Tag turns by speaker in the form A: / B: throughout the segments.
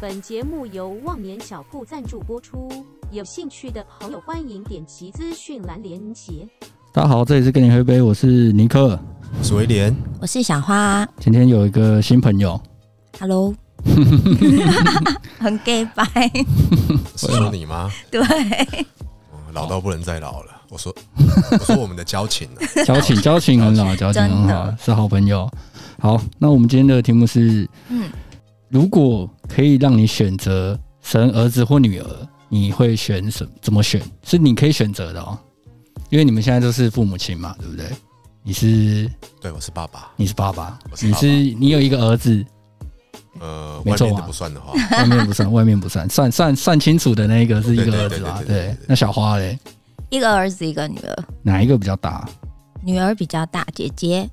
A: 本节目由忘年小铺赞助播出，有兴趣的朋友欢迎点击资讯栏连结。
B: 大家好，这里是跟你喝一杯，我是尼克。
C: 是威廉，
B: 啊
D: 我是小花
B: 今天有一个新朋 友，
D: ，Hello，很 gay 白，
C: 是说 你吗？
D: 对，
C: 哦老到不能再老了。我 说，我说我们的交情啊，
B: 交情交情很 好，交情很好
D: 真，的
B: 是好朋友。好，那我们今天的题目是：
D: 嗯，
B: 如果可以让你选择生儿子或女儿，你会选什怎么选？是你可以选择的哦，因为你们现在都是父母亲嘛，对不对？你是
C: 对我是爸爸。
B: 你是爸爸，
C: 我是
B: 你
C: 爸爸
B: 是你有一个儿子，
C: 呃，
B: 没
C: 外
B: 错啊
C: 面的不算的话，
B: 外面不 算，外面不算，算算算清楚的那一个是一
C: 对
B: 个
C: 对
B: 儿子嘛？
C: 对对对
B: 对
C: 对，
B: 那小花嘞，
D: 一个儿子一个女儿，
B: 哪一个比较大？
D: 女儿比较大，姐姐，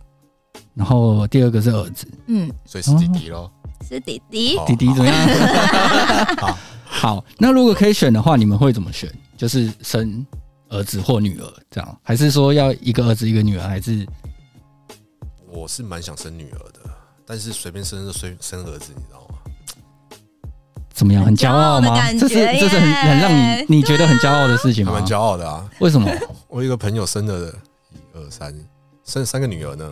B: 然后第二个是儿子。
D: 嗯，
C: 所以是弟弟喽。
D: 是弟弟，
C: 哦
B: 弟弟怎么样？
C: 好
B: 好，那如果可以选的话，你们会怎么选？就是生儿子或女儿这样，还是说要一个儿子一个女儿，还是
C: 我是蛮想生女儿的，但是随便生就随生儿子，你知道吗？
B: 怎么样？很
D: 很
B: 骄
D: 骄
B: 傲
D: 傲的
B: 吗？
D: 感
B: 这是
D: 觉
B: 这是很
D: 耶
B: 很让你你觉得很骄傲的事情
C: 还
B: 吗
C: 蛮？骄傲的啊。
B: 为什么？
C: 我有一个朋友生了一二三，生了三个女儿呢，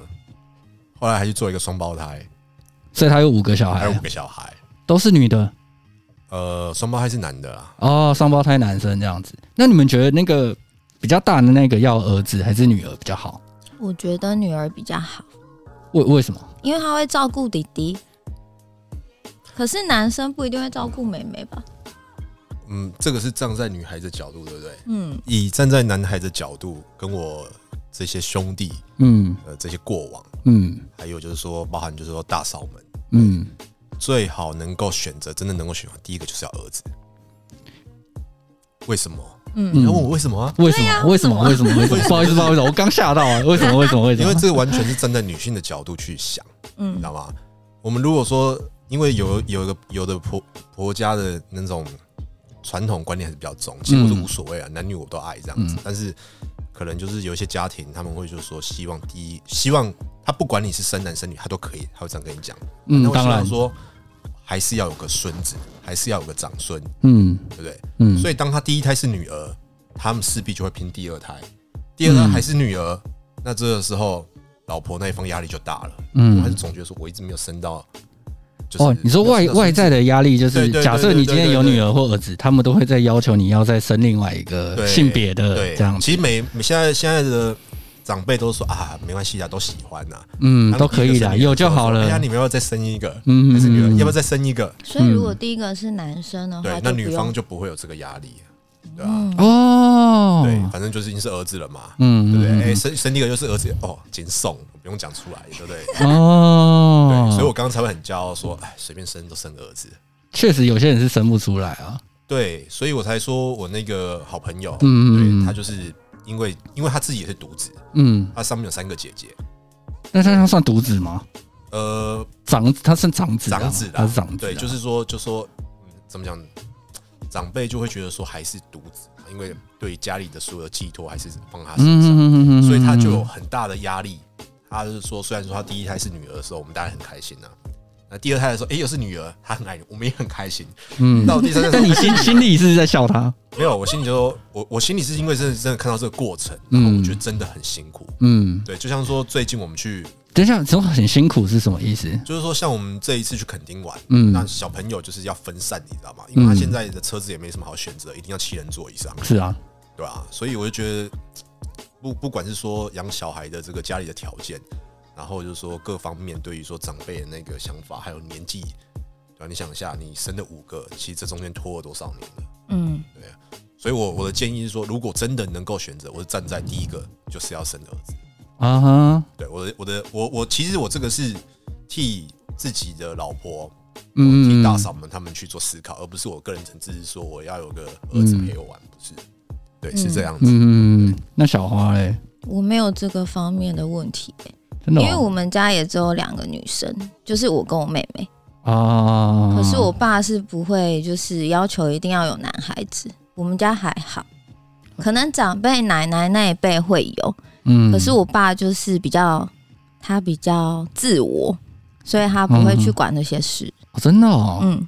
C: 后来还去做一个双胞胎，
B: 所以他有五个小
C: 还有五
B: 孩，
C: 个小孩。
B: 都是女的
C: 呃，双胞胎是男的啊，
B: 哦，双胞胎男生这样子。那你们觉得那个比较大的那个要儿子还是女儿比较好？
D: 我觉得女儿比较好，
B: 为为什么？
D: 因为她会照顾弟弟。可是男生不一定会照顾妹妹吧？
C: 嗯，这个是站在女孩子角度，对不对？
D: 嗯，
C: 以站在男孩子角度，跟我这些兄弟，
B: 嗯
C: 呃，这些过往，
B: 嗯
C: 还有就是说，包含就是说大嫂们，
B: 嗯，
C: 最好能够选择，真的能够选择，第一个就是要儿子。为什么？
D: 嗯
C: 你要问我为什么啊？
B: 为什
D: 对啊
B: 么？为什么？为
D: 为
B: 什么？为什么？不好意思，不好 意思，我刚吓到啊！为什么？为什么？为什
C: 因
B: 么
C: 为？这个完全是站在女性的角度去想，你
D: 嗯
C: 知道吗？我们如果说，因为有有一个有的婆婆家的那种传统观念还是比较重，其实
B: 嗯
C: 我是无所谓啊，男女我都爱这样子。但是可能就是有一些家庭，他们会就说希望第一，希望他不管你是生男生女，他都可以，他会这样跟你讲。那
B: 嗯，
C: 我希
B: 当然
C: 望，说，还是要有个孙子，还是要有个长孙，
B: 嗯
C: 对不对？
B: 嗯，
C: 所以当他第一胎是女儿，他们势必就会拼第二胎，第
B: 嗯
C: 二胎还是女儿，那这个时候老婆那一方压力就大了，
B: 嗯
C: 他就总觉得说我一直没有生到，就是
B: 哦，你说
C: 没有
B: 外
C: 生到孙子
B: 外在的压力就
C: 对
B: 是，
C: 对对
B: 假设你今天有
C: 对对对
B: 女儿或儿子，他们都会再要求你要再生另外一个
C: 对
B: 性别的
C: 对
B: 这样子，
C: 其实每现在现在的长辈都说啊，没关系啊，都喜欢呐、
B: 嗯，
C: 他们
B: 都可以
C: 第一个
B: 的，
C: 生女儿
B: 有就好
C: 说哎呀，
B: 了
C: 你。们要不要再生一个？
B: 嗯
C: 还是女儿，
B: 嗯
C: 要不要再生一个？
D: 所以如果第一个是男生的话，
C: 对，
D: 嗯就
C: 那
D: 不
C: 女
D: 用
C: 方就不会有这个压力，对吧、
B: 哦，
C: 对，反正就是已经是儿子了嘛，
B: 嗯
C: 对不对？
B: 嗯
C: 哎、生生第一个就是儿子，哦，紧送，不用讲出来，对不对？哎 对，所以
B: 嗯哦，
C: 我刚刚才会很骄傲说，哎，随便生都生儿子。
B: 确实有些人是生不出来啊。
C: 对，所以我才说我那个好朋友，
B: 嗯
C: 对他就是因为因为他自己也是独子，
B: 嗯，
C: 他上面有三个姐姐，
B: 那他他算独子吗？
C: 呃，
B: 长子，他算长子啊，
C: 长子啦，
B: 他是长子啊，
C: 对，就是说就说、嗯、怎么讲，长辈就会觉得说还是独子，因为对家里的所有的寄托还是放他身上，
B: 嗯，
C: 所以他就有很大的压力。他就是说，虽然说他第一胎是女儿的时候，我们当然很开心啊。那第二胎的时候，哎、又是女儿，他很爱你，我们也很开心。
B: 嗯，
C: 到第三胎的时候
B: 但你心心里是在笑他，
C: 没有，我心里就说，我我心里是因为真的真的看到这个过程，
B: 嗯
C: 然后我觉得真的很辛苦。
B: 嗯，
C: 对，就像说最近我们去，
B: 等一下，这种很辛苦是什么意思？
C: 就是说像我们这一次去垦丁玩，
B: 嗯
C: 那小朋友就是要分散，你知道吗？因为他
B: 嗯
C: 现在的车子也没什么好选择，一定要七人座以上，
B: 是啊，
C: 对吧、所以我就觉得，不不管是说养小孩的这个家里的条件，然后就是说各方面对于说长辈的那个想法，还有年纪，对吧、你想一下，你生了五个，其实这中间拖了多少年了？
D: 嗯
C: 所以我，我的建议是说，如果真的能够选择，我是站在第一个，就是要生儿子。
B: 啊哈，
C: 对，我的我的我我其实我这个是替自己的老婆，
B: 嗯
C: 替大嫂们他们去做思考，而不是我个人层次是说我要有个儿子陪我玩，不是？对，是这样子。
B: 嗯，那小花嘞，
D: 我没有这个方面的问题、
B: 真的、
D: 因为
B: 哦、
D: 我们家也只有两个女生，就是我跟我妹妹。
B: 啊，
D: 可是我爸是不会，就是要求一定要有男孩子。我们家还好，可能长辈奶奶那一辈会有，
B: 嗯，
D: 可是我爸就是比较，他比较自我，所以他不会去管那些事。
B: 哦真的、哦，
D: 嗯，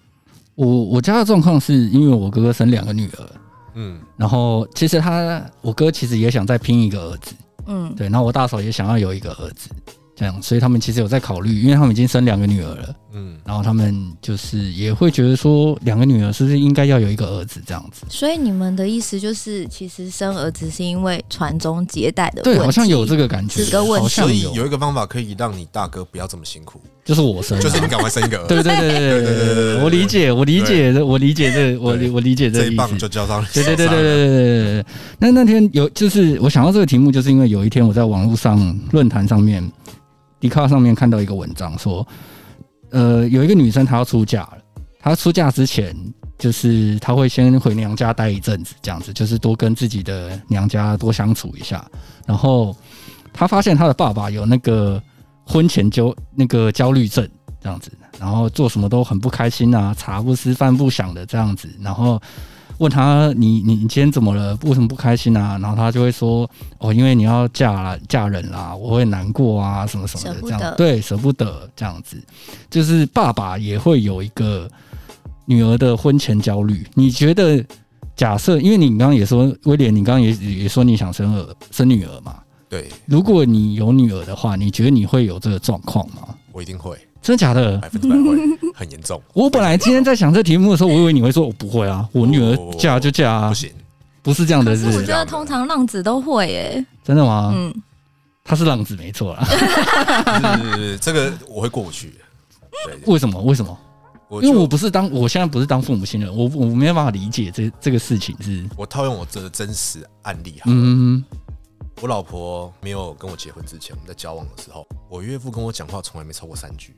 B: 我我家的状况是因为我哥哥生两个女儿，
C: 嗯，
B: 然后其实他我哥其实也想再拼一个儿子，
D: 嗯，
B: 哦对，然后我大嫂也想要有一个儿子，这样，所以他们其实有在考虑，因为他们已经生两个女儿了，
C: 嗯，
B: 然后他们就是也会觉得说两个女儿是不是应该要有一个儿子这样子？
D: 所以你们的意思就是，其实生儿子是因为传宗接代的问
B: 对，
D: 题，
B: 好像有这个感觉，
D: 是个问题
B: 好
C: 所
B: 像
C: 以
B: 有，
C: 有一个方法可以让你大哥不要这么辛苦，
B: 就是我生的，
C: 就是你赶快生一个儿子，
B: 对对对对对对对，
C: 对
B: 我理解，我理解的，我理解这，我理我理解这
C: 这
B: 个
C: 一
B: 意
C: 棒
B: 思。
C: 就交上
B: 对对对对对对对对对。那那天有，就是我想到这个题目，就是因为有一天我在网络上论坛上面、迪卡上面看到一个文章，说，呃，有一个女生她要出嫁了，她出嫁之前，就是她会先回娘家待一阵子，这样子，就是多跟自己的娘家多相处一下。然后她发现她的爸爸有那个婚前焦那个焦虑症。这样子，然后做什么都很不开心啊，茶不思饭不想的这样子，然后问他你你你今天怎么了？为什么不开心啊？然后他就会说哦，因为你要嫁啦嫁人啦，我会难过啊，什么什么
D: 舍
B: 的
D: 不
B: 这
D: 得
B: 样。对，舍不得这样子，就是爸爸也会有一个女儿的婚前焦虑。你觉得假设，因为你刚刚也说威廉，你刚刚也也说你想生儿生女儿嘛？
C: 对，
B: 如果你有女儿的话，你觉得你会有这个状况吗？
C: 我一定会，
B: 真的假的？
C: 百分之百会，很严重，
B: 我本来今天在想这题目的时候，我以为你会说我不会啊，我女儿嫁就嫁啊
C: 哦不，行，
B: 不是这样的，
D: 可
B: 是
D: 是
B: 不
D: 我
B: 是
D: 觉得通常浪子都会耶、
B: 真的吗？
D: 嗯，
B: 她是浪子没错啦。
C: 是这个我会过不去，对，
B: 为什么？为什么？
C: 我
B: 因为
C: 就
B: 我不是当我现在不是当父母亲了，我我没有办法理解这这个事情是，
C: 我套用我这个真实案例哈，
B: 嗯，
C: 我老婆没有跟我结婚之前，我们在交往的时候，我岳父跟我讲话从来没超过三句，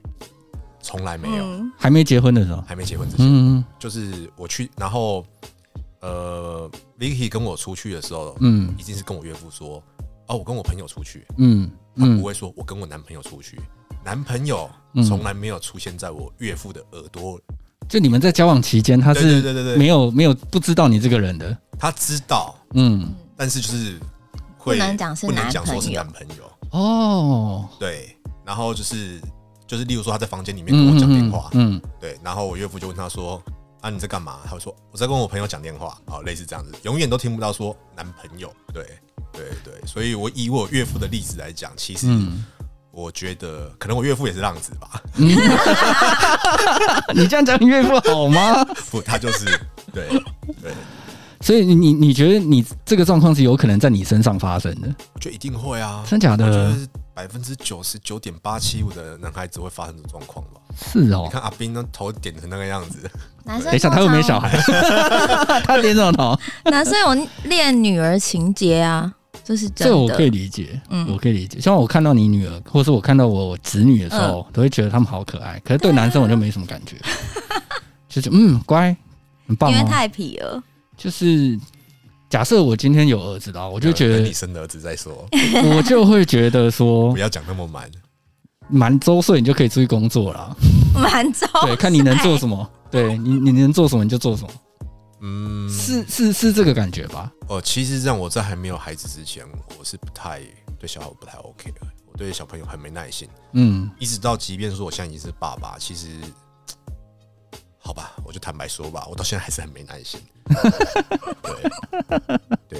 C: 从来没有，
D: 嗯
B: 还没结婚的时候，
C: 还没结婚之前，
B: 嗯
C: 就是我去，然后呃，Vicky 跟我出去的时候，
B: 嗯
C: 一定是跟我岳父说，哦，我跟我朋友出去，
B: 嗯
C: 他不
B: 嗯，
C: 会说我跟我男朋友出去，男朋友
B: 嗯
C: 从来没有出现在我岳父的耳朵，
B: 就你们在交往期间，他
C: 对对
B: 是
C: 对对对
B: 没有没有不知道你这个人的，
C: 他知道，
B: 嗯，
C: 但是就是会
D: 不能讲是
C: 不能
D: 男
C: 讲说是
D: 朋友
C: 男朋友，
B: 哦，
C: 对，然后就是就是例如说他在房间里面跟
B: 嗯
C: 我讲电话，
B: 嗯
C: 对，然后我岳父就问他说：“啊，你在干嘛？”他会说：“我在跟我朋友讲电话。”哦，类似这样子，永远都听不到说男朋友。对，对，对，所以我以我岳父的例子来讲，其实
B: 嗯
C: 我觉得可能我岳父也是浪子吧，
B: 嗯，你这样讲岳父好吗？
C: 不，他就是对对，
B: 所以你你你觉得你这个状况是有可能在你身上发生的，
C: 我觉得一定会啊，
B: 真假的
C: 我觉得百分之九十九点八七五的男孩子会发生这种状况吧？
B: 是哦
C: 你。看阿斌那头点成那个样子，
D: 男生
B: 等一下，
D: 通
B: 他又没
D: 常
B: 小孩，他点什么头？
D: 男生有恋女儿情节啊，这是真
B: 这我
D: 的。
B: 可以理解，
D: 嗯
B: 我可以理解。像我看到你女儿，或是我看到我子女的时候，都会觉得他们好可爱。可是对男生我就没什么感觉，就是嗯乖，很棒、
D: 因为
B: 哦。
D: 太皮了，
B: 就是假设我今天有儿子的话，我
C: 我
B: 就觉
C: 你
B: 得，哎
C: 生的儿子再说，
B: 我就会觉得说
C: 不，要讲那么满。
B: 满周岁你就可以出去工作了。
D: 蛮糟。 哎
B: 对，看你能做什 么，对你你能做什么你就做什么，
C: 嗯，
B: 是是是这个感觉吧？
C: 哦，其实让我在还没有孩子之前，我是不太对小孩不太 OK 的，我对小朋友很没耐心，
B: 嗯
C: 一直到即便说我现在已经是爸爸，其实好吧，我就坦白说吧，我到现在还是很没耐心。对，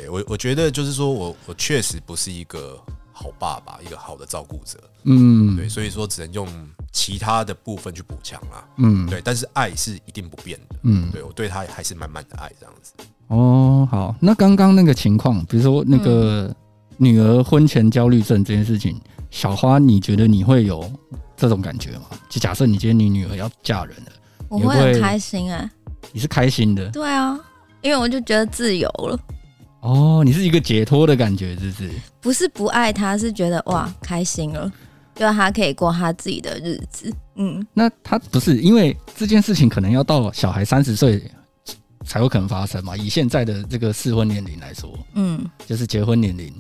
C: 对我我觉得就是说我我确实不是一个好爸爸，一个好的照顾者，对，
B: 嗯
C: 所以说只能用其他的部分去补强啦。
B: 嗯
C: 对，但是爱是一定不变的，
B: 嗯。
C: 对我对他还是满满的爱这样子。
B: 哦，好，那刚刚那个情况，比如说那个女儿婚前焦虑症这件事情，小花，你觉得你会有这种感觉吗？就假设你今天你女儿要嫁人了，
D: 我
B: 你
D: 会
B: 会
D: 很开心哎、
B: 你是开心的
D: 对啊，因为我就觉得自由了，
B: 哦，你是一个解脱的感觉，是不是？
D: 不是不爱他，是觉得
B: 嗯
D: 哇开心了，就他可以过他自己的日子。嗯，
B: 那她不是因为这件事情可能要到小孩三十岁才有可能发生嘛？以现在的这个适婚年龄来说，
D: 嗯，
B: 就是结婚年龄，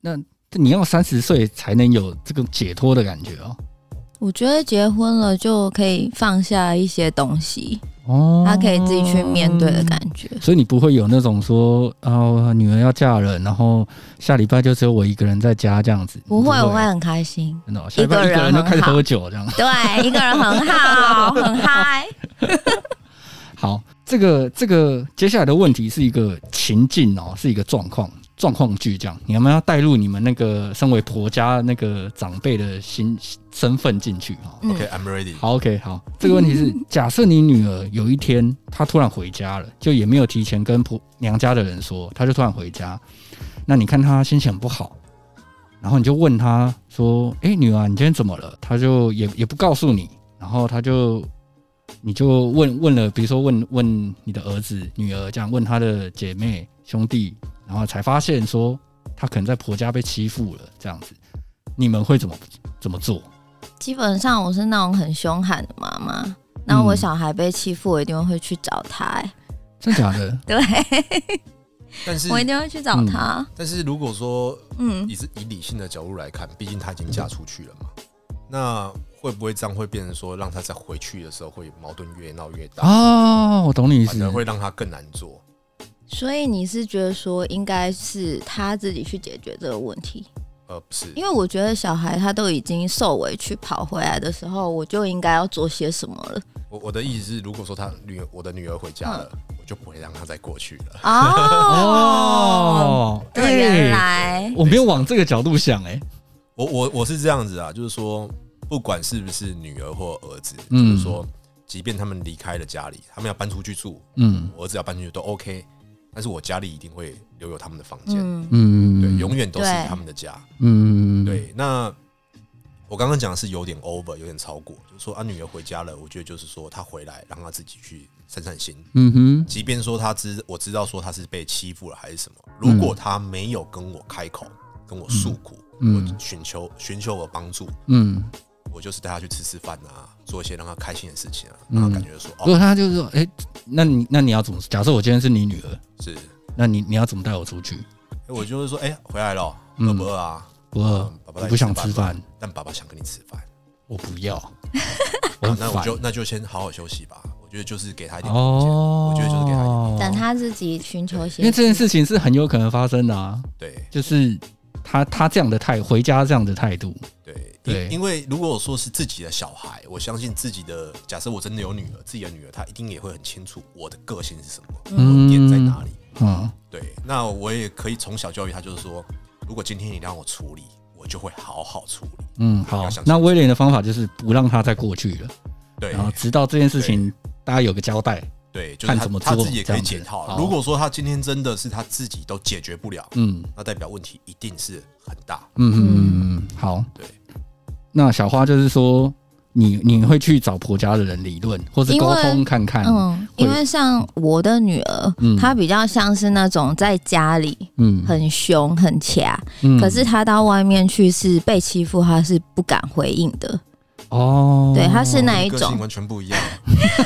B: 那你要三十岁才能有这个解脱的感觉哦。
D: 我觉得结婚了就可以放下一些东西，
B: 哦，
D: 他可以自己去面对的感觉。
B: 所以你不会有那种说，哦，女儿要嫁人，然后下礼拜就只有我一个人在家这样子。
D: 不会，
B: 你
D: 我会很开 心。
B: 真的哦、下礼拜一
D: 一个人
B: 个
D: 啊
B: 人就开始
D: 很好
B: 喝酒这样。
D: 对，一个人很好，很嗨。
B: 好，这个这个接下来的问题是一个情境哦，是一个状况状况剧这样。你们要带入你们那个身为婆家那个长辈的心身份进去哦。
D: 嗯
C: OK，I'm ready。
B: 好，OK，好，这个问题是：假设你女儿有一天她突然回家了，就也没有提前跟婆娘家的人说，她就突然回家，那你看她心情很不好，然后你就问她说：“诶，女儿啊，你今天怎么了？”她就也也不告诉你，然后她就你就问问了，比如说问问你的儿子、女儿这样，问她的姐妹、兄弟，然后才发现说她可能在婆家被欺负了，这样子，你们会怎么怎么做？
D: 基本上我是那种很凶悍的妈妈，那我
B: 嗯
D: 小孩被欺负，我一定会去找他、欸。
B: 真假的？
D: 对，
C: 但是
D: 我一定会去找
B: 嗯
D: 他。
C: 但是如果说
D: 嗯，
C: 以是以理性的角度来看，毕竟她已经嫁出去了嘛，那会不会这样会变成说，让她再回去的时候会矛盾越闹越大，
B: 哦，我懂你意
C: 反
B: 思
C: 而。会让她更难做？
D: 所以你是觉得说应该是他自己去解决这个问题？
C: 呃，不是
D: 因，为我觉得小孩他都已经受委屈跑回来的时候，我就应该要做些什么 了
C: 我我的意思是，如果说她女我的女儿回家了，
D: 嗯
C: 我就不会让她再过去了。
D: 哦。
B: 哦，
D: 对，原来
B: 我没有往这个角度想、哎，
C: 我我我是这样子啊，就是说，不管是不是女儿或儿子，
B: 嗯
C: 就是说，即便他们离开了家里，他们要搬出去住，
B: 嗯
C: 我儿子要搬出去都 OK，但是我家里一定会留有他们的房间，
D: 嗯，
B: 嗯，
C: 对，永远都是
D: 对
C: 他们的家。
B: 嗯，
C: 对，那我刚刚讲的是有点 over，有点超过，就是说啊，女儿回家了，我觉得就是说她回来，让她自己去散散心。
B: 嗯哼，
C: 即便说她知我知道说她是被欺负了还是什么，如果她没有跟我开口，跟我诉苦，
B: 嗯
C: 我寻求寻求我帮助，
B: 嗯。
C: 我就是带她去吃吃饭啊，做一些让她开心的事情啊，
B: 嗯
C: 让她感觉说、
B: 如果
C: 哦，
B: 他就是说，哎、那你那你要怎么？假设我今天是你女儿，
C: 是，
B: 那你你要怎么带我出去？
C: 哎我就是说，哎、回来了，
B: 嗯
C: 饿不饿啊？
B: 不饿
C: 嗯，爸爸
B: 我
C: 带
B: 不
C: 你
B: 想
C: 吃
B: 吃
C: 饭
B: 饭，
C: 但爸爸想跟你吃饭，
B: 我不要，我很
C: 那我
B: 烦。
C: 就那就先好好休息吧。我觉得就是给她一点空间。
B: 哦，
C: 我觉得就是给他一点
D: 等，他自己寻求
B: 因为
D: 些
B: 这件事情是很有可能发生的啊，
C: 对
B: 就是他他这样的态，回家这样的态度，
C: 对
B: 对
C: 因因为如果说是自己的小孩，我相信自己的，假设我真的有女儿，自己的女儿她一定也会很清楚我的个性是什么，我
B: 嗯
C: 的点在哪里。
B: 嗯
C: 对，那我也可以从小教育她，就是说，如果今天你让我处理，我就会好好处理。
B: 嗯，好
C: 要想。
B: 那威廉的方法就是不让他再过去了。
C: 对
B: 然后直到这件事情大家有个交代，
C: 对，就是
B: 看
C: 她
B: 怎么做
C: 她自己也可
B: 这
C: 以
B: 样子
C: 解套
B: 好
C: 啊。如果说她今天真的是她自己都解决不了，
B: 嗯
C: 那代表问题一定是很大。
B: 嗯嗯嗯嗯，好。
C: 对，
B: 那小花就是说，你你会去找婆家的人理论，或是
D: 因为
B: 沟通看看，
D: 嗯，因为像我的女儿，
B: 嗯
D: 她比较像是那种在家里
B: 嗯
D: 很凶很掐，
B: 嗯
D: 可是她到外面去是被欺负，她是不敢回应的。
B: 哦，
D: 对，她是那一
C: 个性
D: 种，
C: 完全不一样。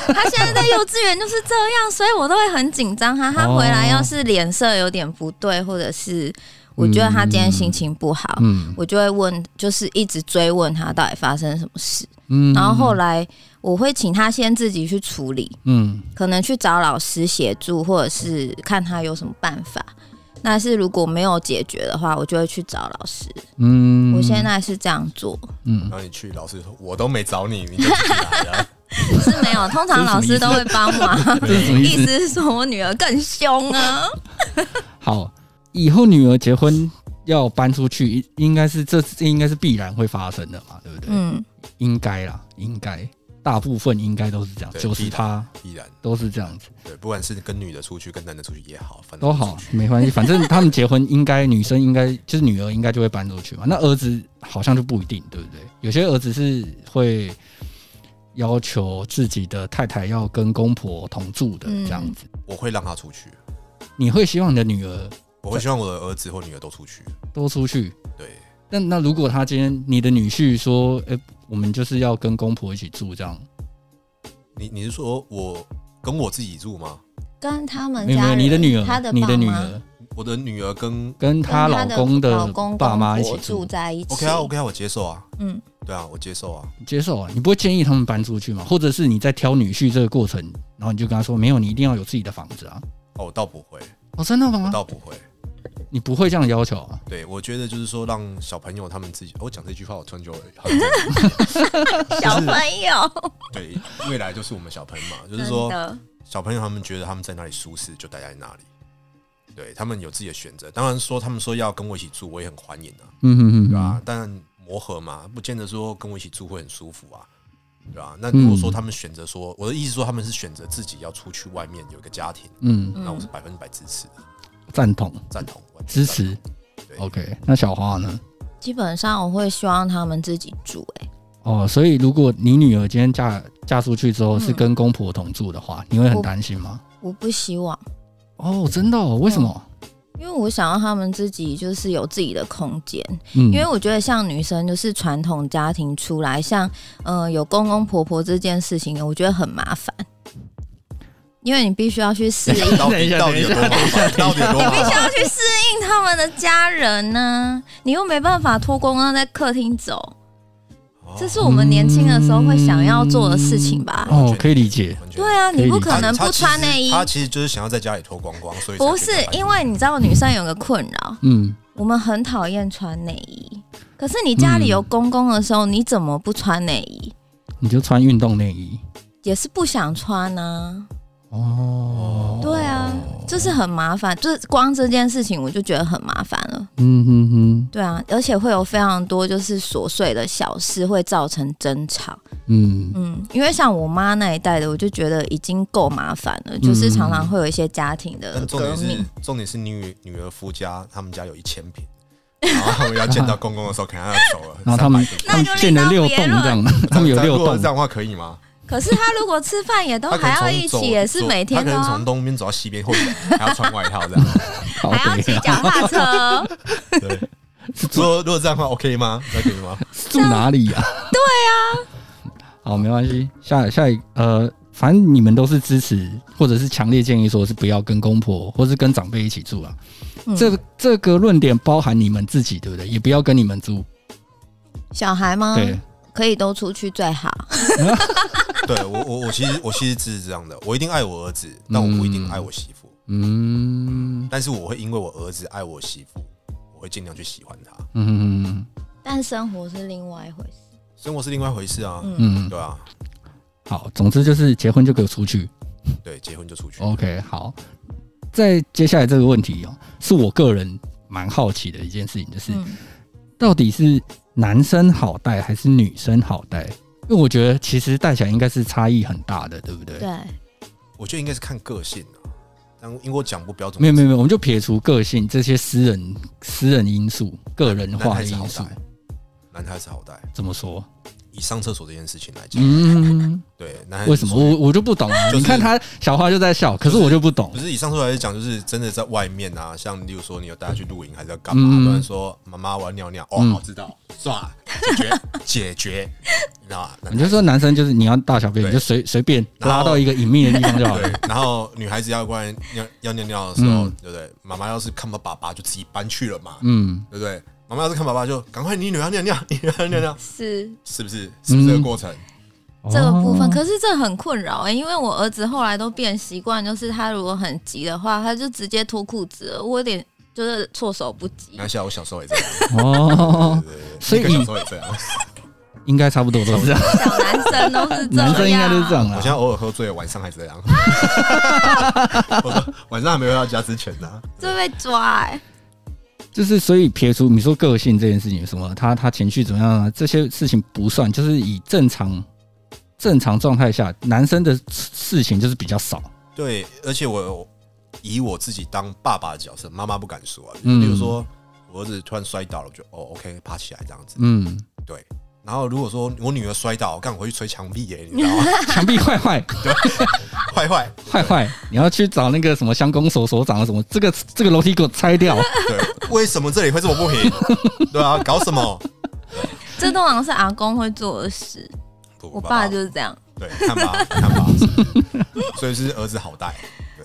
D: 她现在在幼稚园就是这样，所以我都会很紧张
B: 哦
D: 她。她回来要是脸色有点不对，或者是我觉得她今天心情不好，
B: 嗯
D: 我就会问，就是一直追问她到底发生什么事。
B: 嗯
D: 然后后来我会请她先自己去处理，
B: 嗯
D: 可能去找老师协助，或者是看他有什么办法。但是如果没有解决的话，我就会去找老师。
B: 嗯，
D: 我现在是这样做，
B: 嗯
C: 然后你去，老师说我都没找你，你就自己来啊了。
D: 是没有。通常老师都会帮忙，
B: 这是 什么
D: 意
B: 意思？
D: 思是说我女儿更凶啊。
B: 好，以后女儿结婚要搬出去，应该是这这应该是必然会发生的嘛，对不对？
D: 嗯，
B: 应该啦，应该大部分应该都是这样，
C: 对
B: 九十趴
C: 必然。
B: 都是这样子。
C: 对，不管是跟女的出去，跟男的出去也好，反正
B: 都好，没关系，反正他们结婚应该女生应该就是女儿应该就会搬出去嘛。那儿子好像就不一定，对不对？有些儿子是会要求自己的太太要跟公婆同住的
D: 嗯
B: 这样子。
C: 我会让他出去，
B: 你会希望你的女儿
C: 我会希望我的儿子或女儿都出去。
B: 多出去？
C: 对，
B: 那那如果他今天你的女婿说，哎、我们就是要跟公婆一起住这样，
C: 你你是说我跟我自己住吗？
D: 跟他们
B: 没有
D: 嗯家
B: 没有，
D: 人
B: 你的女儿，
D: 他的
B: 你的
D: 爸
B: 女
D: 妈
B: 儿
C: 我的女儿跟
B: 跟
D: 跟
B: 她
D: 她的
B: 公
D: 老
B: 的
D: 公
B: 爸妈一
D: 公
B: 起
D: 婆住
B: 住，
D: 在一起。
C: OK 啊，OK 啊，我接受啊，
D: 嗯，
C: 对啊，我接受啊。
B: 你接受啊？你不会建议他们搬出去吗？或者是你在挑女婿这个过程，然后你就跟他说，没有，你一定要有自己的房子啊？
C: 哦，我倒不会，
B: 哦，真的
C: 我
B: 吗？
C: 倒不会。
B: 你不会这样要求啊？
C: 对，我觉得就是说让小朋友他们自己，哦我讲这句话我突然就 好像在
D: 小朋友，
C: 对未来就是我们小朋友嘛，就是
D: 真
C: 说
D: 的，
C: 小朋友他们觉得他们在哪里舒适就待在哪里，对他们有自己的选择。当然说他们说要跟我一起住，我也很欢迎啊，
B: 嗯哼哼，
C: 对
B: 对
C: 吧、但磨合嘛，不见得说跟我一起住会很舒服啊，对吧、那如果说他们选择说，我的意思说他们是选择自己要出去外面有一个家庭，
B: 嗯，
C: 那我是百分之百支持的，
B: 赞同
C: 赞同，完全
B: 支
C: 赞同
B: 持
C: 对。
B: OK，那小华呢？
D: 基本上我会希望他们自己住、哎，
B: 哦，所以如果你女儿今天嫁嫁出去之后是跟公婆同住的话，你会很
D: 我
B: 担心吗？
D: 我不希望，
B: 哦，真的、哦？为什么？
D: 因为我想要他们自己就是有自己的空间。
B: 嗯，
D: 因为我觉得像女生就是传统家庭出来，像呃有公公婆婆这件事情，我觉得很麻烦，因为你必须要去适 应，
C: 到
B: 等一
C: 底
B: 下
C: 到底有多麻烦？到底有多
D: 你
C: 麻
D: 必须
C: 烦？
D: 要去适应他们的家人呢、你又没办法脱光光在客厅走， 这是我们年轻的时候会想要做的事情吧？
B: 哦，可以理解。
C: 完全
D: 对啊，
B: 可以
D: 你不
B: 理解
D: 可能不穿内衣，
C: 嗯他其实就是想要在家里脱光光，所以才
D: 不是
C: 去打扮
D: 因为你知道女生有个困扰，
B: 嗯，
D: 我们很讨厌穿内衣，可是你家里有
C: 嗯
D: 公公的时候，你怎么不穿内衣？
B: 你就穿运动内衣。
D: 也是不想穿呢、
B: 哦，
D: 对啊，就是很麻烦，就是光这件事情我就觉得很麻烦了。
B: 嗯哼哼，
D: 对啊，而且会有非常多就是琐碎的小事会造成争吵。
B: 嗯
D: 嗯，因为像我妈那一代的，我就觉得已经够麻烦了，就是常常会有一些家庭的
C: 但呃重
D: 革
C: 点是
D: 命。，
C: 重点是女女儿夫家他们家有一千平，然后他们要见到公公的时候，可能要走了。
B: 然后他们
C: 300平
B: 他们建了六栋这样，他们有六
C: 如果
B: 栋
C: 这。样的话可以吗？
D: 可是她如果吃饭也都
C: 他可
D: 还
C: 能
D: 要
C: 从
D: 一
C: 走
D: 起，也是
C: 走
D: 每天哦
C: 他
D: 都
C: 可能
D: 要
C: 从东边走到西边，或者还要穿外套这样。
B: 好
D: 还要骑
B: 的，
D: 脚踏车。
C: 对， 如果如果这样的话 OK 吗？那可以吗？
B: 住哪里呀、对啊。 好，没关系。下下一呃，反正你们都是支持，或者是强烈建议说是不要跟公婆或是跟长辈一起住啊。
D: 嗯
B: 这这个论点包含你们自己，对不对？也不要跟你们住。
D: 小孩吗？
B: 对，
D: 可以都出去最好。
C: 对我我我其实我其实支持这样的，我一定爱我儿子，但我不一定爱我媳妇。
B: 嗯
C: 但是我会因为我儿子爱我媳妇，我会尽量去喜欢他。
B: 嗯嗯
D: 但生活是另外一回事。
C: 生活是另外一回事啊，
D: 嗯，
B: 嗯，
C: 对啊，
B: 好。总之就是结婚就给我出去。
C: 对，结婚就出去。
B: OK，好。在接下来这个问题哦，是我个人蛮好奇的一件事情，就是、
D: 嗯
B: 到底是男生好带还是女生好带？因为我觉得其实带起来应该是差异很大的，对不对？
D: 对，
C: 我觉得应该是看个性啊，但因为我讲不标准，
B: 没有没有没有，我们就撇除个性这些私人私人因素、个人
C: 男
B: 化
C: 孩
B: 的
C: 子好
B: 因素
C: 带，，男孩子好带。
B: 怎么 说？
C: 以上厕所这件事情来讲，
B: 嗯，
C: 对，男孩子
B: 为什么
C: 出去
B: 我我就不懂啊？
C: 就是
B: 你看他小花就在笑，可是我就不懂
C: 不。是以上厕所来讲，就是真的在外面啊，像例如说你有带他去露营，还是要干
B: 嗯
C: 嘛？不然说妈妈我要尿尿，哦，
B: 嗯
C: 好知道，算了，解决 解决，你知道吧？男
B: 你
C: 孩
B: 就
C: 子
B: 说男生就是你要大小便，你
C: 对
B: 就随随便
C: 然后
B: 拉到一个隐秘的地方就好了。
C: 对，然后女孩子要关尿要尿尿的时候
B: 嗯，
C: 对不对？妈妈要是看不到爸爸，就自己搬去了嘛，
B: 嗯，
C: 对不对？妈妈要是看爸爸，就赶快你女儿尿尿，你女儿尿尿，
B: 嗯
D: 是
C: 是不是？是不是这个过程？
D: 这个部分。
B: 哦
D: 可是这很困扰、欸，因为我儿子后来都变习惯，就是他如果很急的话，他就直接脱裤子了，我有点就是措手不及
C: 那。像我小时候也这样，
B: 哦，
C: 对对对，
B: 所以啊
C: 那个小时候也这样。
B: 应该差不多都 是这样，
D: 小男生都是这样，
B: 男生应该都是这样
C: 我
B: 啦
C: 现。在偶尔喝醉，晚上还 这样。我说晚上还没回到家之前呢、
D: 就被抓、欸。
B: 就是所以撇除你说个性这件事情，什么他他情绪怎么样啊，这些事情不算，就是以正常正常状态下，男生的事情就是比较少。
C: 对，而且我以我自己当爸爸的角色，妈妈不敢说、啊。
B: 嗯
C: 比如说我儿子突然摔倒了，我就哦 OK 爬起来这样子。
B: 嗯，
C: 对，然后如果说我女儿摔倒，干我回去捶墙壁耶、你知道吗？
B: 墙壁坏坏
C: 坏坏，
B: 坏坏，你要去找那个什么乡公所所长什么，这个这个楼梯给我拆掉。
C: 对，为什么这里会这么不平？对啊，搞什么？
D: 这通常是阿公会做 的事，
C: 不
D: 我爸就是这样。
C: 对，看吧，看吧，是不是所以是儿子好带。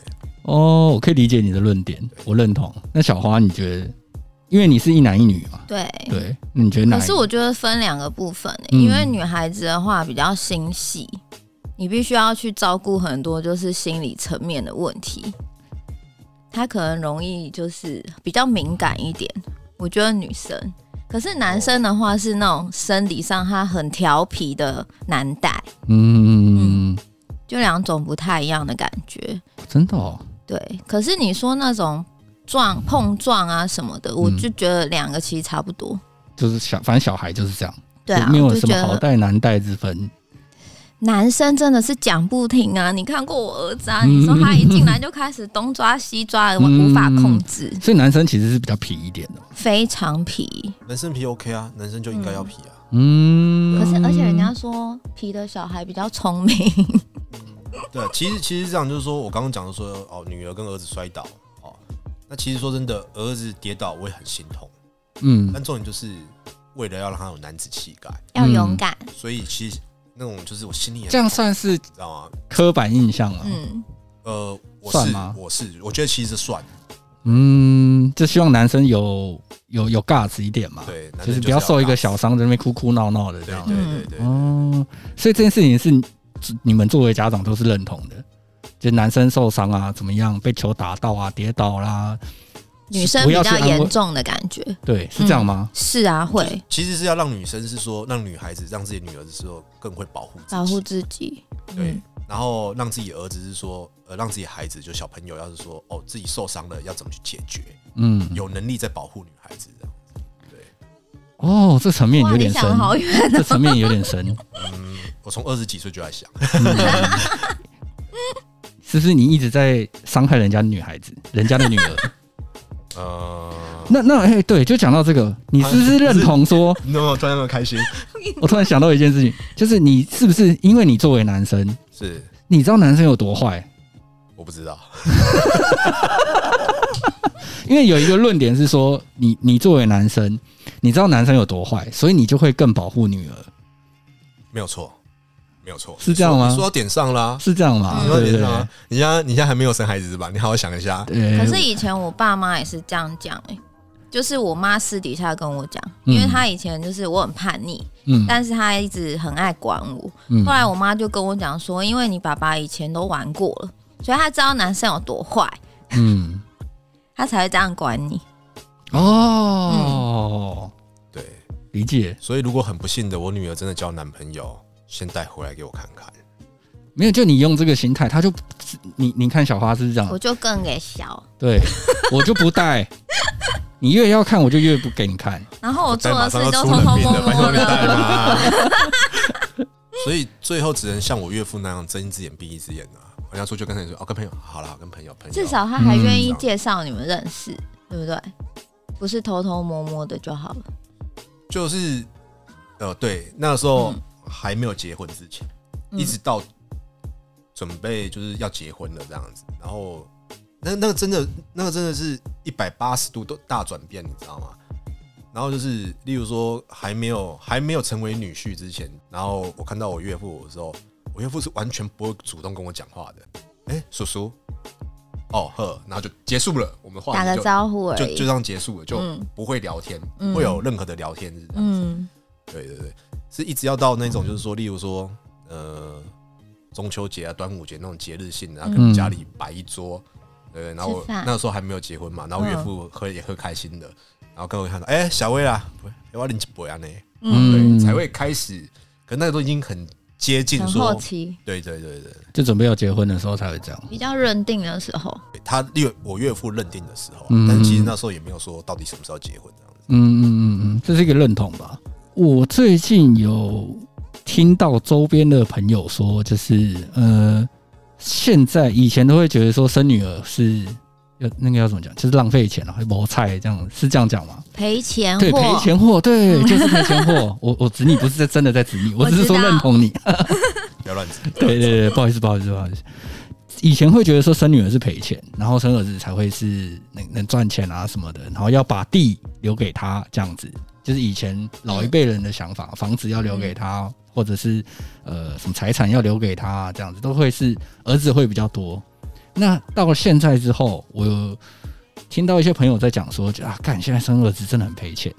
B: 哦，我可以理解你的论点，我认同。那小花，你觉得，因为你是一男一女嘛，
D: 对，
B: 对，那你觉得哪一
D: 哎可
B: 个？
D: 是我觉得分两个部分、欸
B: 嗯
D: 因为女孩子的话比较心细，你必须要去照顾很多就是心理层面的问题，她可能容易就是比较敏感一点。我觉得女生，可是男生的话是那种生理上他很调皮的男代，
B: 嗯，嗯嗯嗯
D: 就两种不太一样的感觉。
B: 真的哦，
D: 对，可是你说那种撞碰撞啊什么的，我
B: 嗯
D: 就觉得两个其实差不多。
B: 就是小，反正小孩就是这样，
D: 对啊，
B: 没有
D: 我就
B: 什
D: 觉
B: 么好
D: 得
B: 带难带之分。
D: 男生真的是讲不停啊！你看过我儿子啊？你说他一进来就开始东抓西抓，我
B: 嗯
D: 无法控制，
B: 所以男生其实是比较皮一点的，
D: 非常皮。
C: 男生皮 OK 啊，男生就应该要皮啊。
B: 嗯。
D: 可是而且人家说皮的小孩比较聪明，
C: 对，其实其实这样就是说我刚刚讲的说哦，女儿跟儿子摔倒哦，那其实说真的，儿子跌倒我也很心痛，
B: 嗯
C: 但重点就是为了要让他有男子气概，
D: 要勇敢。
C: 所以其实那种就是我心里很
B: 这样
C: 痛
B: 算是
C: 你知道吗？
B: 刻板印象啊了。
D: 嗯，
C: 呃，我
B: 算
C: 是
B: 吗
C: 我是我觉得其实算
B: 嗯，就希望男生有有有 guts 一点嘛，
C: 对，
B: 就
C: 男生
B: 是
C: 是
B: 不要受一个小
C: 打
B: 伤，在那边哭哭闹闹的
C: 死。
B: 这
C: 对
B: 样。
C: 对
D: 嗯
C: 对对对，
B: 哦，所以这件事情是你们作为家长都是认同的，就男生受伤啊，怎么样被球打到啊，跌倒啦、
D: 女生
B: 不
D: 比
B: 要去
D: 较
B: 安慰
D: 严重的感觉。
B: 对，是这样吗？
D: 是啊，会
C: 其实是要让女生是说让女孩子让自己的女儿是说更会保护自己
D: 保护自己。
C: 对
D: 嗯，，
C: 然后让自己儿子是说，呃，让自己孩子就小朋友，要是说哦自己受伤了，要怎么去解决，
B: 嗯，
C: 有能力在保护女孩子这样子。对，
B: 哦，这层面
D: 哇，
B: 有
D: 你
B: 点
D: 想得
B: 深，
D: 好远。
B: 这层面有点深，
C: 嗯，我从二十几岁就在想，
B: 嗯 是不是你一直在伤害人家女孩子，人家的女儿？
C: 呃，
B: 那那哎、对，就讲到这个，你是不是认同说？
C: 你怎么突然那么开心？
B: 我突然想到一件事情，就是你是不是因为你作为男生，
C: 是
B: 你知道男生有多坏？
C: 我不知道，
B: 因为有一个论点是说，你你作为男生，你知道男生有多坏，所以你就会更保护女儿，
C: 没有错，没有错，
B: 是这样吗
C: 你说你说到点上啦，
B: 是这样吗？
C: 你说到
B: 对不对
C: 点上？啦，你现在你现在还没有生孩子是吧？你好好想一下，
B: 对，
D: 可是以前我爸妈也是这样讲、欸，就是我妈私底下跟我讲，
B: 嗯
D: 因为她以前就是我很叛逆，
B: 嗯
D: 但是她一直很爱管我。
B: 嗯
D: 后来我妈就跟我讲说，因为你爸爸以前都玩过了，所以她知道男生有多坏，
B: 嗯
D: 她才会这样管你。
B: 哦，
C: 对，
B: 理解
C: 所以如果很不幸的我女儿真的交男朋友，先带回来给我看看，
B: 没有？就你用这个心态，他就你你看小花是这
D: 我
C: 嗯
B: 样，
D: 就更给小，
B: 对 我就不带，你越要看我就越不给你看，
D: 然后我
C: 再
D: 做的
C: 马
D: 事
C: 上要
D: 就
C: 出
D: 偷
C: 人
D: 偷
C: 命
D: 摸
C: 了，拜托
D: 摸
C: 你带
D: 的。
C: 嘛。所以最后只能像我岳父那样睁一只眼闭一只眼啊。人家出去跟谁说哦，跟朋友好了，好跟朋友朋友。
D: 至少她还愿意
C: 嗯
D: 介绍你们认识，对不对？不是偷偷摸摸的就好了。
C: 就是呃，对，那时候
D: 嗯
C: 还没有结婚之前，
D: 嗯
C: 一直到准备就是要结婚了这样子，然后那那个真的那个真的是一百八十度都大转变，你知道吗？然后就是，例如说还没有还没有成为女婿之前，然后我看到我岳父的时候，我岳父是完全不会主动跟我讲话的。哎、叔叔，哦呵，然后就结束了，我们话题
D: 打个
C: 就
D: 招呼而
C: 就就
D: 已
C: 这。样结束了，就
D: 嗯
C: 不会聊天，
D: 嗯
C: 不会有任何的聊天是这样子。
D: 嗯，
C: 对对对，是一直要到那种就是说，例如说呃中秋节啊、端午节那种节日性的，然后跟
B: 嗯
C: 家里摆一桌，对，然后
D: 吃饭
C: 那时候还没有结婚嘛，然后
D: 嗯
C: 岳父喝也喝开心的，然后跟我看到，哎、小薇啦，我要领几杯啊呢，
B: 嗯
C: 对，才会开始，可那个都已经很接近
D: 很
C: 说
D: 后，期
C: 对对对对，
B: 就准备要结婚的时候才会这样，
D: 比较认定的时候，
C: 对他岳我岳父认定的时候，啊
B: 嗯
C: 但是其实那时候也没有说到底什么时候结婚这样子。
B: 嗯嗯嗯嗯，这是一个认同吧。我最近有听到周边的朋友说，就是呃，现在以前都会觉得说生女儿是要那个要怎么讲，就是浪费钱啊，还谋菜这样，是这样讲吗？
D: 赔钱
B: 对，
D: 货
B: 赔钱货，对，就是赔钱货。我我指你不是在真的在指你，我只是说
D: 我知道
B: 认同你。
C: 不要乱指，
B: 对对对，不好意思，不好意思，不好意思。以前会觉得说生女儿是赔钱，然后生儿子才会是能能赚钱啊什么的，然后要把地留给他这样子，就是以前老一辈人的想法，房子要留给他，或者是呃什么财产要留给他这样子，都会是儿子会比较多。那到了现在之后，我有听到一些朋友在讲说，就啊，干现在生儿子真的很赔钱，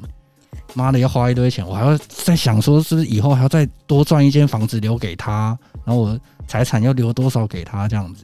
B: 妈的要花一堆钱，我还要在想说，是不是以后还要再多赚一间房子留给他，然后我财产要留多少给他这样子。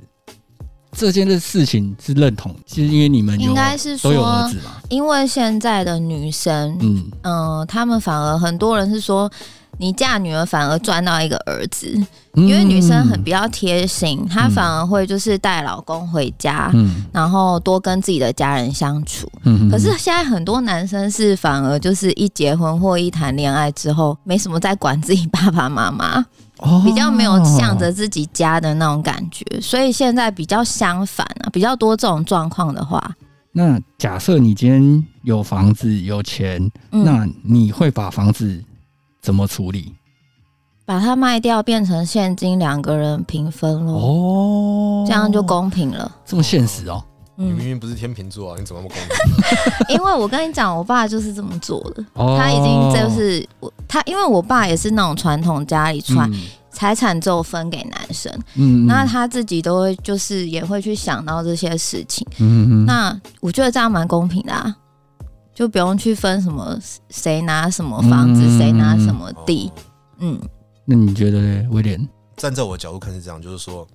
B: 这件的事情是认同，其实因为你们有
D: 应该是
B: 都有儿
D: 说，
B: 子嘛，
D: 因为现在的女生，呃
B: 嗯
D: 嗯、她们反而很多人是说，你嫁女儿反而赚到一个儿子，
B: 因
D: 因为女生很比较贴心，她反而会就是带老公回家，
B: 嗯
D: 然后多跟自己的家人相处。
B: 嗯，嗯
D: 可是现在很多男生是反而就是一结婚或一谈恋爱之后，没什么在管自己爸爸妈妈，
B: 哦
D: 比较没有向着自己家的那种感觉，所以现在比较相反啊，比较多这种状况的话，
B: 那假设你今天有房子有钱，
D: 嗯，
B: 那你会把房子怎么处理？
D: 把它卖掉变成现金，两个人平分咯，
B: 哦，
D: 嗯这样就公平了。
B: 这么现实哦。
C: 你
D: 嗯
C: 明，明不是天秤座啊，你怎么那么公平？
D: 因为我跟你讲，我爸就是这么做的。
B: 哦
D: 他已经就是我他，因为我爸也是那种传统家里传
B: 嗯
D: 财、产只有分给男生，
B: 嗯，
D: 那他自己都会就是也会去想到这些事情。
B: 嗯嗯
D: 那我觉得这样蛮公平的啊，就不用去分什么谁拿什么房子，
B: 嗯
D: 谁、拿什么地。
C: 哦
D: 嗯，
B: 那你觉得嘞，威廉？
C: 站在我的角度看是这样，就是说，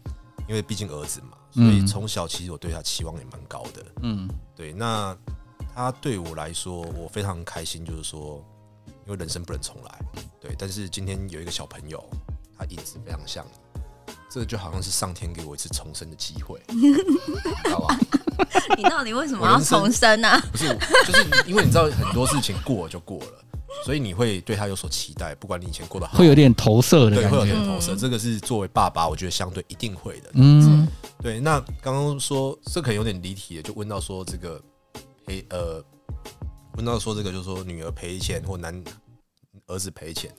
C: 因为毕竟儿子嘛，所以
B: 嗯
C: 从小其实我对他期望也蛮高的。
B: 嗯
C: 对，那他对我来说，我非常开心，就是说，因为人生不能重来，对。但是今天有一个小朋友，他影子非常像你，这就好像是上天给我一次重生的机会，好吧？
D: 你到底为什
C: 我
D: 么要
C: 人生
D: 重生呢、啊？
C: 不是，就是因为你知道很多事情过了就过了，所以你会对他有所期待，不管你以前过得好，
B: 会有点投射的
C: 对，
B: 感
C: 会有点
B: 觉。
C: 投射。这个是作为爸爸，我觉得相对一定会的。
B: 嗯
C: 对，那刚刚说这可能有点离题了，就问到说这个赔呃，问到说这个就是说女儿赔钱或男儿子赔钱，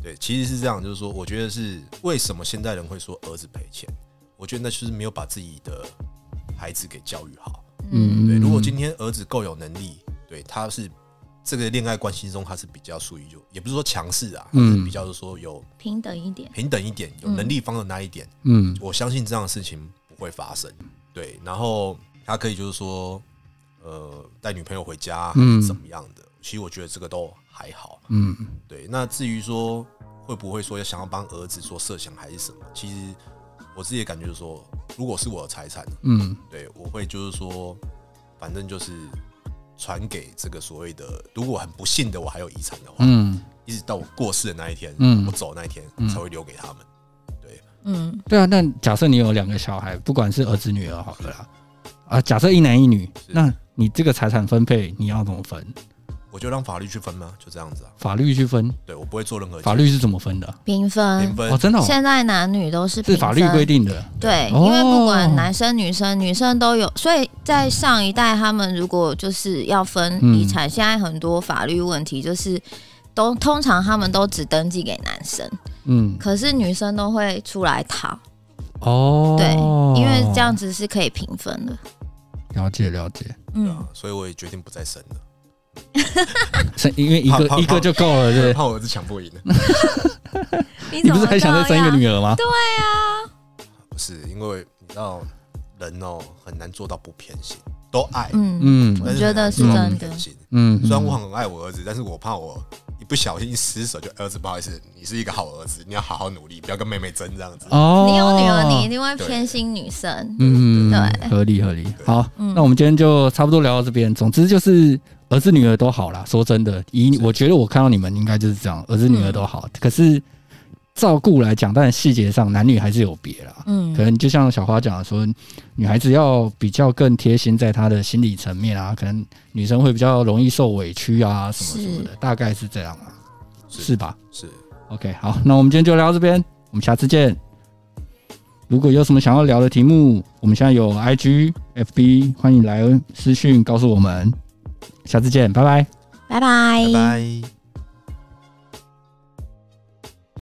C: 对，其实是这样，就是说我觉得是为什么现代人会说儿子赔钱，我觉得那就是没有把自己的孩子给教育好。
D: 嗯，
C: 对，如果今天儿子够有能力，对，他是这个恋爱关系中他是比较属于有，也不是说强势啊，
B: 嗯
C: 嗯，比较是说有
D: 平等一点。
C: 平等一点，有能力方的那一点。
B: 嗯
C: 我相信这样的事情不会发生。对，然后他可以就是说，呃，带女朋友回家，
B: 嗯
C: 嗯，怎么样的？其实我觉得这个都还好。
B: 嗯
C: 对，那至于说会不会说要想要帮儿子做设想还是什么，其实我自己的感觉就是说，如果是我的财产，
B: 嗯
C: 对我会就是说，反正就是传给这个所谓的，如果很不幸的我还有遗产的话，
B: 嗯，
C: 一直到我过世的那一天，
B: 嗯
C: 我走那一天、才会留给他们。
D: 嗯，
B: 对啊。那假设你有两个小孩，不管是儿子女儿好了啦，啊，假设一男一女，
C: 是
B: 那你这个财产分配你要怎么分？
C: 我就让法律去分嘛，就这样子啊。
B: 法律去分，
C: 对我不会做任何
B: 法律是怎么分的啊？
D: 平
C: 评
D: 分。
C: 分
B: 哦，，真的哦
D: 现在男女都是
B: 是
D: 平
B: 法律
D: 分
B: 规定的。
D: 对，
B: 哦
D: 因为不管男生女生，女生都有，所以在上一代他们如果就是要分
B: 嗯
D: 遗产，现在很多法律问题就是都通常他们都只登记给男生，
B: 嗯，
D: 可是女生都会出来讨，
B: 哦，
D: 对，因为这样子是可以平分的。
B: 了解了解。
C: 对
D: 嗯
C: 啊，所以我也决定不再生了，
B: 生因为一
C: 怕
B: 个
C: 怕
B: 一个就够了，对不嗯对？
C: 怕我儿子抢不赢。
D: 你
B: 你
D: 怎
B: 不是
D: 么
B: 还想再生一个
D: 儿？
B: 女儿吗？
C: 不是因为你知道人哦很难做到不偏心，都爱，
D: 嗯，
B: 嗯
C: 但
D: 我觉
C: 很难
D: 得
C: 做到不
D: 是真
C: 偏
D: 的
C: 心。
B: 嗯，
C: 虽然我很爱我儿子，但是我怕我一不小心一失手，就儿子不好意思，你是一个好儿子，你要好好努力，不要跟妹妹争这样子。
B: 哦，
D: 你有女儿，你一定会偏心女生。
B: 嗯，
D: 对
B: 合理合理。好，
D: 嗯
B: 那我们今天就差不多聊到这边。总之就是儿子女儿都好啦。说真的，以我觉得我看到你们应该就是这样，儿子女儿都
D: 嗯
B: 好。可是照顾来讲，当然细节上男女还是有别啦。
D: 嗯
B: 可能就像小花讲的说，女孩子要比较更贴心在她的心理层面啊，可能女生会比较容易受委屈啊，什么什么的，大概是这样啊，是吧
C: 是，
B: ？OK，好，那我们今天就聊到这边，我们下次见。如果有什么想要聊的题目，我们现在有 IG、FB，欢迎来私讯告诉我们。下次见，拜拜。
D: 拜拜
C: 拜拜。